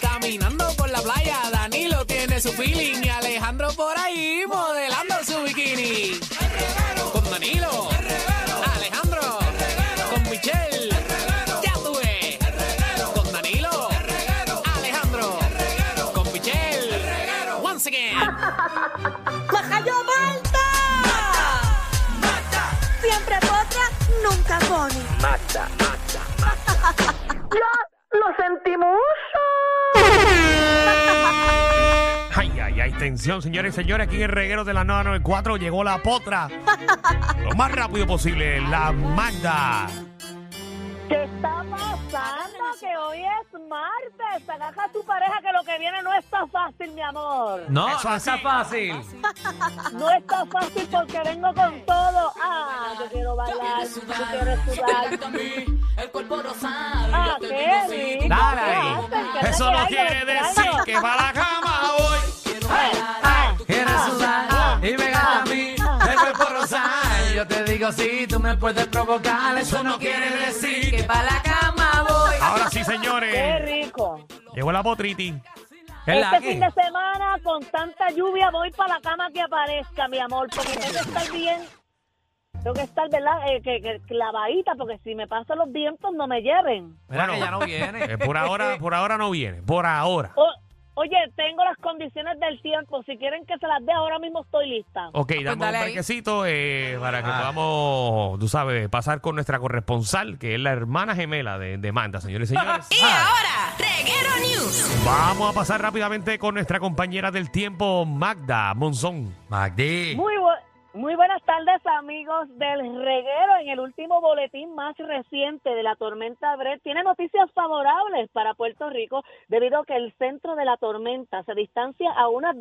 caminando por la playa. Danilo tiene su feeling y Alejandro por ahí modelando su bikini. Con Danilo, Alejandro, con Michelle, ya tuve. Con Danilo, Alejandro, con Michelle, once again. ¡Majayo Malta! Siempre potra, nunca pone. ¡Ya lo sentimos! Ay, ay, ay, tensión, señores y señores. Aquí en el reguero de la 994 llegó la potra. Lo más rápido posible, la Magda. ¿Qué está pasando? Que hoy es martes. Agarra a tu pareja que lo que viene no está fácil, mi amor. No, Eso no así. está fácil. No está fácil porque vengo con todo. Ah, yo quiero bailar, yo quiero estudiar. El cuerpo lo sabe. Ah, yo te qué digo sí. rico. Dale ¿Qué ahí. hacen? ¿Qué Eso hacen? no Ay, quiere lo decir extraño. que para la cama voy. Quieres sudar y pegar a mí. El cuerpo rosal. Yo te digo, si tú me puedes provocar. Eso no quiere decir que. Pa' la cama voy. Ahora sí, Qué señores. rico. Llegó la potriti. Es la Este que. fin de semana, con tanta lluvia, voy para la cama que aparezca, mi amor, porque tengo que estar bien. Tengo que estar, ¿verdad? Eh, que, que clavadita, porque si me pasan los vientos, no me lleven. Mira Bueno. que ya no viene. Eh, por ahora, por ahora no viene. Por ahora. O- oye, tengo las condiciones del tiempo. Si quieren que se las dé, ahora mismo estoy lista. Ok, damos Pues dale un ahí. brequecito eh, para que Ah. podamos, tú sabes, pasar con nuestra corresponsal, que es la hermana gemela de, de Magda, señores y señores. Ah. Y ahora, Reguero News. Vamos a pasar rápidamente con nuestra compañera del tiempo, Magda Monzón. Magdi. Muy, bu- muy buenas tardes, amigos del reguero. En el último boletín más reciente de la tormenta Brett, tiene noticias favorables para Puerto Rico debido a que el centro de la tormenta se distancia a unas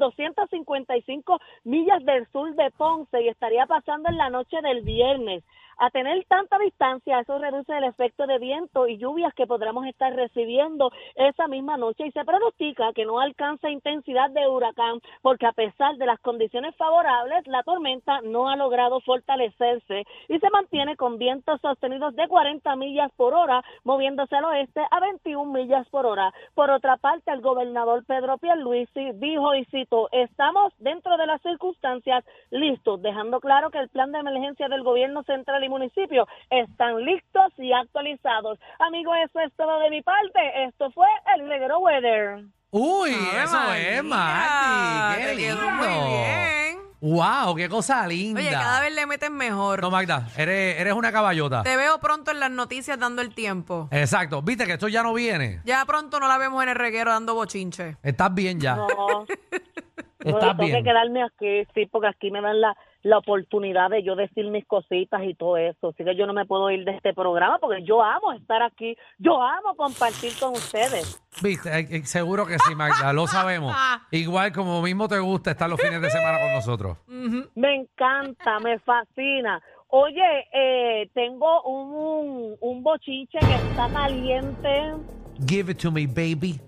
255 millas del sur de Ponce y estaría pasando en la noche del viernes. A tener tanta distancia, eso reduce el efecto de viento y lluvias que podremos estar recibiendo esa misma noche y se pronostica que no alcanza intensidad de huracán porque a pesar de las condiciones favorables, la tormenta no ha logrado fortalecerse y se mantiene con vientos sostenidos de 40 millas por hora, moviéndose al oeste a 21 millas por hora. Por otra parte, el gobernador Pedro Pierluisi dijo y cito, estamos dentro de las circunstancias listos, dejando claro que el plan de emergencia del gobierno central y municipio están listos y actualizados. Amigos, eso es todo de mi parte. Esto fue el Reguero Weather. Uy, Ave eso es, María, Magdi. Qué te lindo. quedó muy bien. Wow, qué cosa linda. Oye, cada vez le meten mejor. No, Magda, eres, eres una caballota. Te veo pronto en las noticias dando el tiempo. Exacto. Viste que esto ya no viene. Ya pronto no la vemos en el reguero dando bochinche. Estás bien ya. No. Bueno, Estás tengo que bien. quedarme aquí, sí, porque aquí me dan la, la oportunidad de yo decir mis cositas y todo eso. Así que yo no me puedo ir de este programa porque yo amo estar aquí. Yo amo compartir con ustedes. Viste, eh, eh, seguro que sí, Magda, lo sabemos. Igual como mismo te gusta estar los fines de semana con nosotros. Me encanta, me fascina. Oye, eh, tengo un, un bochinche que está caliente, Give it to me, baby.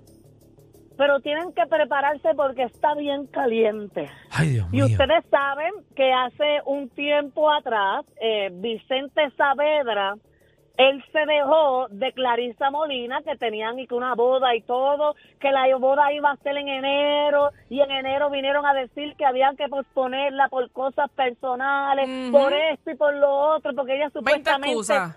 pero tienen que prepararse porque está bien caliente. Ay, Dios Y mío. ustedes saben que hace un tiempo atrás, eh, Vicente Saavedra, él se dejó de Clarisa Molina, que tenían y que una boda y todo, que la boda iba a ser en enero, y en enero vinieron a decir que habían que posponerla por cosas personales, Ujú. por esto y por lo otro, porque ella 20 supuestamente excusas.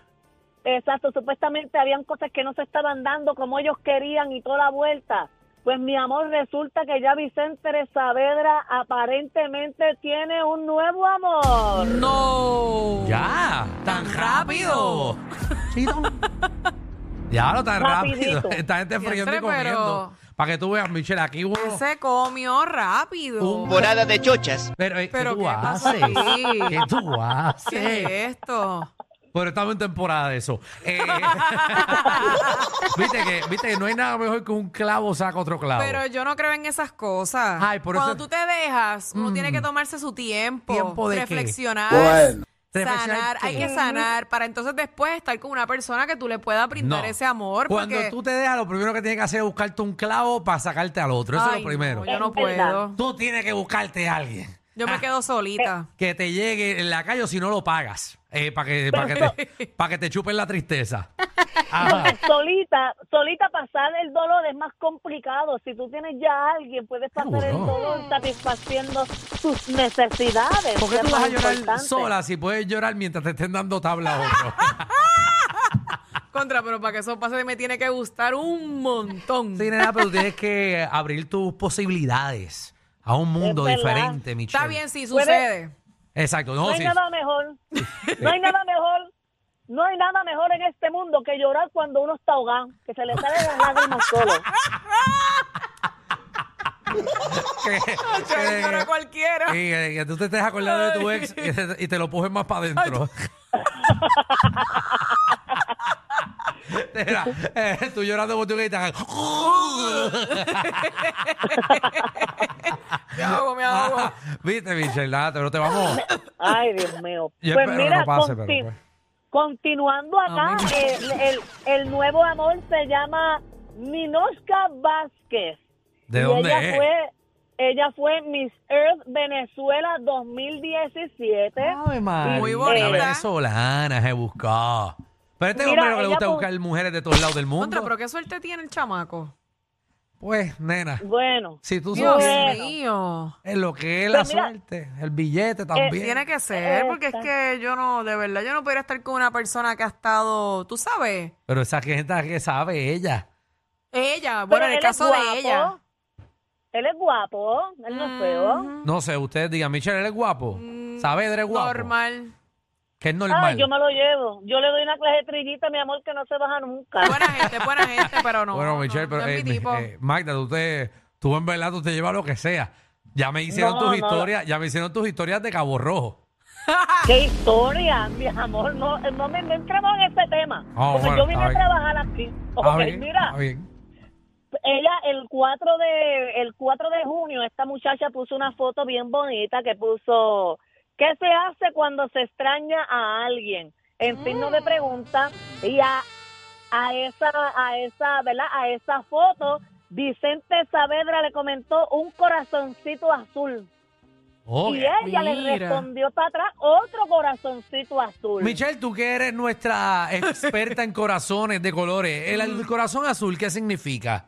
Exacto, supuestamente habían cosas que no se estaban dando como ellos querían y toda la vuelta. Pues mi amor, resulta que ya Vicente Saavedra aparentemente tiene un nuevo amor. No. Ya, tan Tan rápido. rápido. Sí, no. ya lo tan rápido. Rapidito. Esta gente Diantre, friendo y comiendo. Para que tú veas, Michelle, aquí hubo. Se comió rápido. Un temporada de chochas. Pero, eh, Pero ¿qué tú ¿qué pasó haces? aquí? ¿Qué tú ¿Qué haces? es esto? Pero estamos en temporada de eso. Eh, viste que, viste que no hay nada mejor que un clavo saca otro clavo. Pero yo no creo en esas cosas. Ay, por Cuando eso- tú te dejas, uno Mm. tiene que tomarse su tiempo. ¿Tiempo de qué? reflexionar. Reflexionar Sanar, hay qué. que sanar para entonces después estar con una persona que tú le puedas No. brindar ese amor. Cuando porque- tú te dejas, lo primero que tienes que hacer es buscarte un clavo para sacarte al otro. Eso Ay, es lo primero. no, yo no Es verdad. Ah, puedo. Tú tienes que buscarte a alguien Yo me quedo solita. que te llegue en la calle o si no lo pagas. para que, pa' que te, pa' que te chupen la tristeza. Ajá. Solita, solita pasar el dolor es más complicado. Si tú tienes ya a alguien, puedes pasar el Seguro. dolor satisfaciendo tus necesidades. ¿Por qué que tú es vas a más llorar importante. sola si puedes llorar mientras te estén dando tabla a otro? Contra, pero para que eso pase me tiene que gustar un montón. Sí, nena, pero tienes que abrir tus posibilidades a un mundo verdad. diferente, Michelle. Está bien si Puede- sucede. Exacto. No No, hay sí. nada mejor. No hay nada mejor. No hay nada mejor en este mundo que llorar cuando uno está ahogado, que se le salen las lágrimas solo. que, Pero para que- cualquiera. y que- que tú te estés acordando de tu ex y te, y te lo pujes más para adentro. Nena, eh, tú llorando por tu gaita. Me ahogo, me Ah, ahogo. Viste, Michelle, nada, pero te vamos. Ay, Dios mío. Yo pues espero mira, no pase, conti- pero pues. continuando acá, Amén. el, el- el nuevo amor se llama Ninoska Vázquez. ¿De Y dónde ella es? Fue, ella fue Miss Earth Venezuela 2017. Ave María. Muy La bonita. venezolana se buscó. Pero este Mira, hombre lo que le ella gusta pu- buscar mujeres de todos lados del mundo. Contra, pero qué suerte tiene el chamaco. Pues, nena, Bueno, si tú Dios sabes Bueno. mío. en lo que es la Pues mira, eh, suerte, el billete también. Tiene que ser, porque es Esta. que yo no, de verdad, yo no pudiera estar con una persona que ha estado, tú sabes, Pero esa gente que sabe ella. ella, bueno, en él el es caso guapo. de ella. él es guapo, él no es feo. No sé, ustedes digan, Michelle, eres guapo. Saavedra es guapo. Mm, Normal. Que es normal. Ay, yo me lo llevo. Yo le doy una clase de trillita, mi amor, que no se baja nunca. Buena gente, buena gente, pero no. bueno, no, Michelle, pero no es eh, mi mi- tipo. eh, Magda, tú, te, tú en verdad tú te llevas lo que sea. Ya me hicieron No, tus no. historias, ya me hicieron tus historias de Cabo Rojo. ¡Qué historia, mi amor! No, no, me, no entremos en este tema. Ah, porque bueno, yo está vine a bien. trabajar aquí. Ah, Ok, bien, mira, ah, bien. ella el 4 de el 4 de junio esta muchacha puso una foto bien bonita que puso ¿Qué se hace cuando se extraña a alguien? En signo de pregunta y a, a esa a esa, ¿verdad? A esa foto Vicente Saavedra le comentó un corazoncito azul Oh, y ella le mira. respondió para atrás otro corazoncito pues. azul. Michelle, tú que eres nuestra experta en corazones de colores, el, Mm. el corazón azul, ¿qué significa?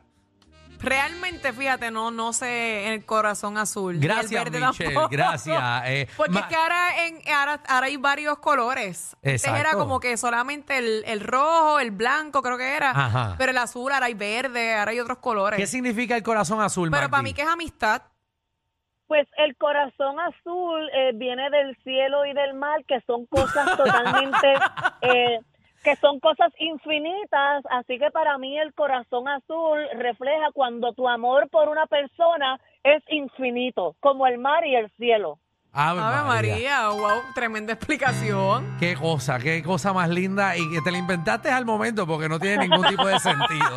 Realmente, fíjate, no, no sé el corazón azul. ni el Gracias, verde Michelle, tampoco. Pues, gracias. eh, Porque ma- es que ahora, en, ahora, ahora hay varios colores. Antes era Exacto. como que solamente el, el rojo, el blanco, creo que era. Ajá. Pero el azul, ahora hay verde, ahora hay otros colores. ¿Qué significa el corazón azul, pero para Magdi? mí que es amistad. Pues el corazón azul eh, viene del cielo y del mar, que son cosas totalmente, eh, que son cosas infinitas. Así que para mí el corazón azul refleja cuando tu amor por una persona es infinito, como el mar y el cielo. Ave, Ave María. María, wow, tremenda explicación. Qué cosa, qué cosa más linda y que te la inventaste al momento porque no tiene ningún tipo de sentido.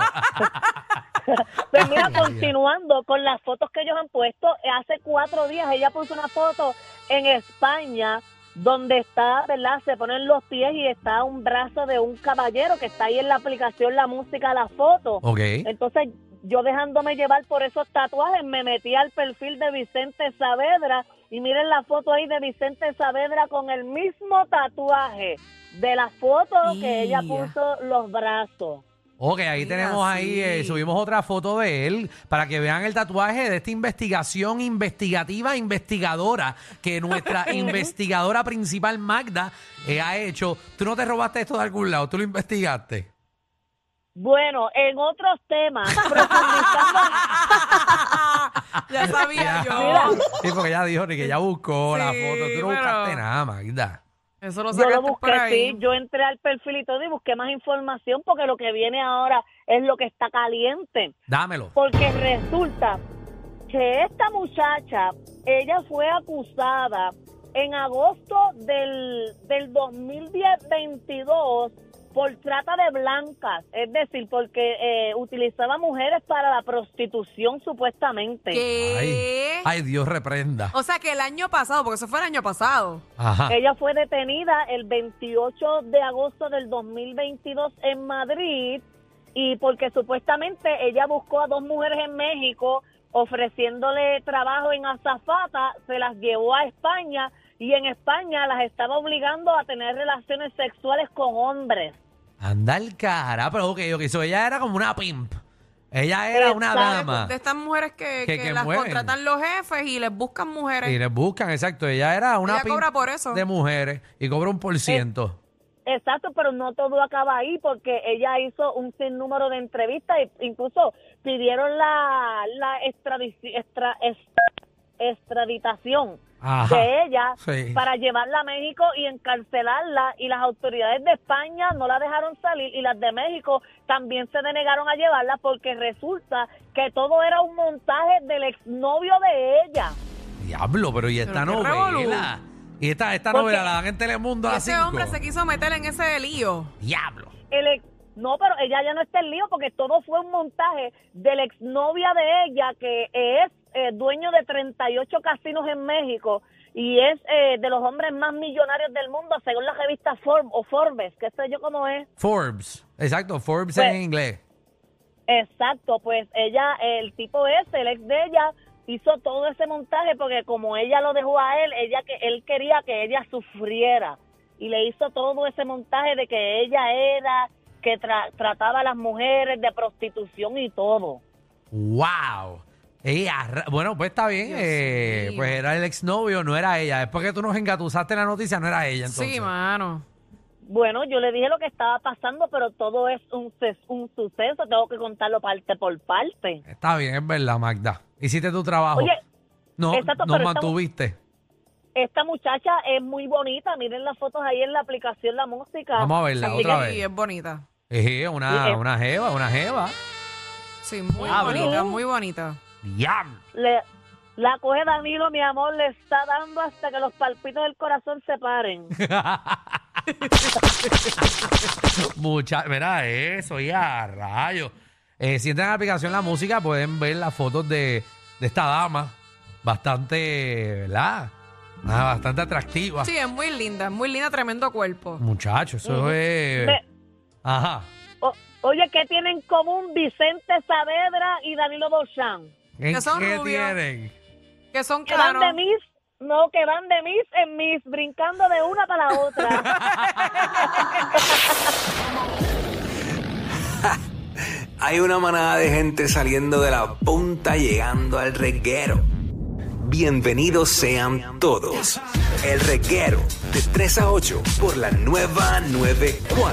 Pues mira, Ay, María. continuando con las fotos que ellos han puesto, eh, hace cuatro días ella puso una foto en España donde está, ¿verdad? Se ponen los pies y está un brazo de un caballero que está ahí en la aplicación, la música, la foto. ok. Entonces, yo dejándome llevar por esos tatuajes, me metí al perfil de Vicente Saavedra y miren la foto ahí de Vicente Saavedra con el mismo tatuaje de la foto que ella Ya. puso los brazos. Ok, ahí Mira, tenemos ahí, sí. eh, subimos otra foto de él para que vean el tatuaje de esta investigación investigativa, investigadora, que nuestra investigadora principal, Magda, eh, ha hecho. Tú no te robaste esto de algún lado, tú lo investigaste. Bueno, en otros temas, profundizando, ya sabía Ya. yo. Sí, porque ya dijo ni que ya buscó la Sí, foto. Tú no pero- buscaste nada, Magda. Eso lo yo sacaste lo por busqué, ahí. sí, yo entré al perfil y todo y busqué más información porque lo que viene ahora es lo que está caliente. Dámelo. Porque resulta que esta muchacha, ella fue acusada en agosto del, del 2022 por trata de blancas, es decir, porque eh, utilizaba mujeres para la prostitución supuestamente. ¿Qué? Ay, ay, Dios reprenda. O sea que el año pasado, porque eso fue el año pasado. Ajá. Ella fue detenida el 28 de agosto del 2022 en Madrid y porque supuestamente ella buscó a dos mujeres en México ofreciéndole trabajo en azafata, se las llevó a España y en España las estaba obligando a tener relaciones sexuales con hombres. Anda el cara, pero ok, ok. So, ella era como una pimp. Ella era una Exacto. dama. De estas mujeres que, Que- que que las mueven. contratan los jefes y les buscan mujeres. Y les buscan, exacto. Ella era una Ella pimp cobra por eso. Eh. de mujeres y cobra un por ciento. Exacto, pero no todo acaba ahí porque ella hizo un sinnúmero de entrevistas e incluso pidieron la, la extradici- extra- ex- extraditación Ajá. de ella Sí. para llevarla a México y encarcelarla y las autoridades de España no la dejaron salir y las de México también se denegaron a llevarla porque resulta que todo era un montaje del exnovio de ella. Diablo, pero y esta Pero qué novela. Y esta, esta Porque- novela la dan en Telemundo a Y las ese cinco. hombre se quiso meter en ese lío. Diablo. el ex- no, pero ella ya no está en lío porque todo fue un montaje de la exnovia de ella que es eh, dueño de 38 casinos en México y es eh, de los hombres más millonarios del mundo según la revista Forbes o Forbes, que sé yo cómo es. Forbes. Exacto, Forbes Pues- en inglés. Exacto, pues ella, el tipo ese, el ex de ella, hizo todo ese montaje porque como ella lo dejó a él, ella que él quería que ella sufriera y le hizo todo ese montaje de que ella era que tra- trataba a las mujeres de prostitución y todo. ¡Wow! Ella, ra- bueno, pues está bien. Dios eh, mío. pues era el exnovio, no era ella. Después que tú nos engatusaste en la noticia, no era ella. Entonces. Sí, mano. Bueno, yo le dije lo que estaba pasando, pero todo es un, ses- un suceso, tengo que contarlo parte por parte. Está bien, es verdad, Magda. Hiciste tu trabajo. Oye, no, exacto, nos pero estamos- mantuviste. esta muchacha es muy bonita, miren las fotos ahí en la aplicación La Música. Vamos a verla Sí, otra y vez. es bonita. Eje, una, eh. Sí, eh. es- una jeva, una jeva. Sí, muy Diablo. bonita, muy bonita. Diablo. Le- la coge Danilo, mi amor, le está dando hasta que los palpitos del corazón se paren. Mucha, mira eso, ya, rayo. Eh, si entran en la aplicación la música, pueden ver las fotos de, de esta dama. Bastante, ¿verdad? Ah, bastante atractiva. Sí, es muy linda, es muy linda, tremendo cuerpo. Muchacho, eso Ujú. es. Me- Ajá. o- oye, ¿qué tienen en común Vicente Saavedra y Danilo Bochán? ¿En Que son qué rubios. tienen? Que son Que van de caros. mis, no, que van de mis en mis, brincando de una para la otra. Hay una manada de gente saliendo de la punta llegando al reguero. Bienvenidos sean todos. El reguero de 3 a 8 por la nueva 94.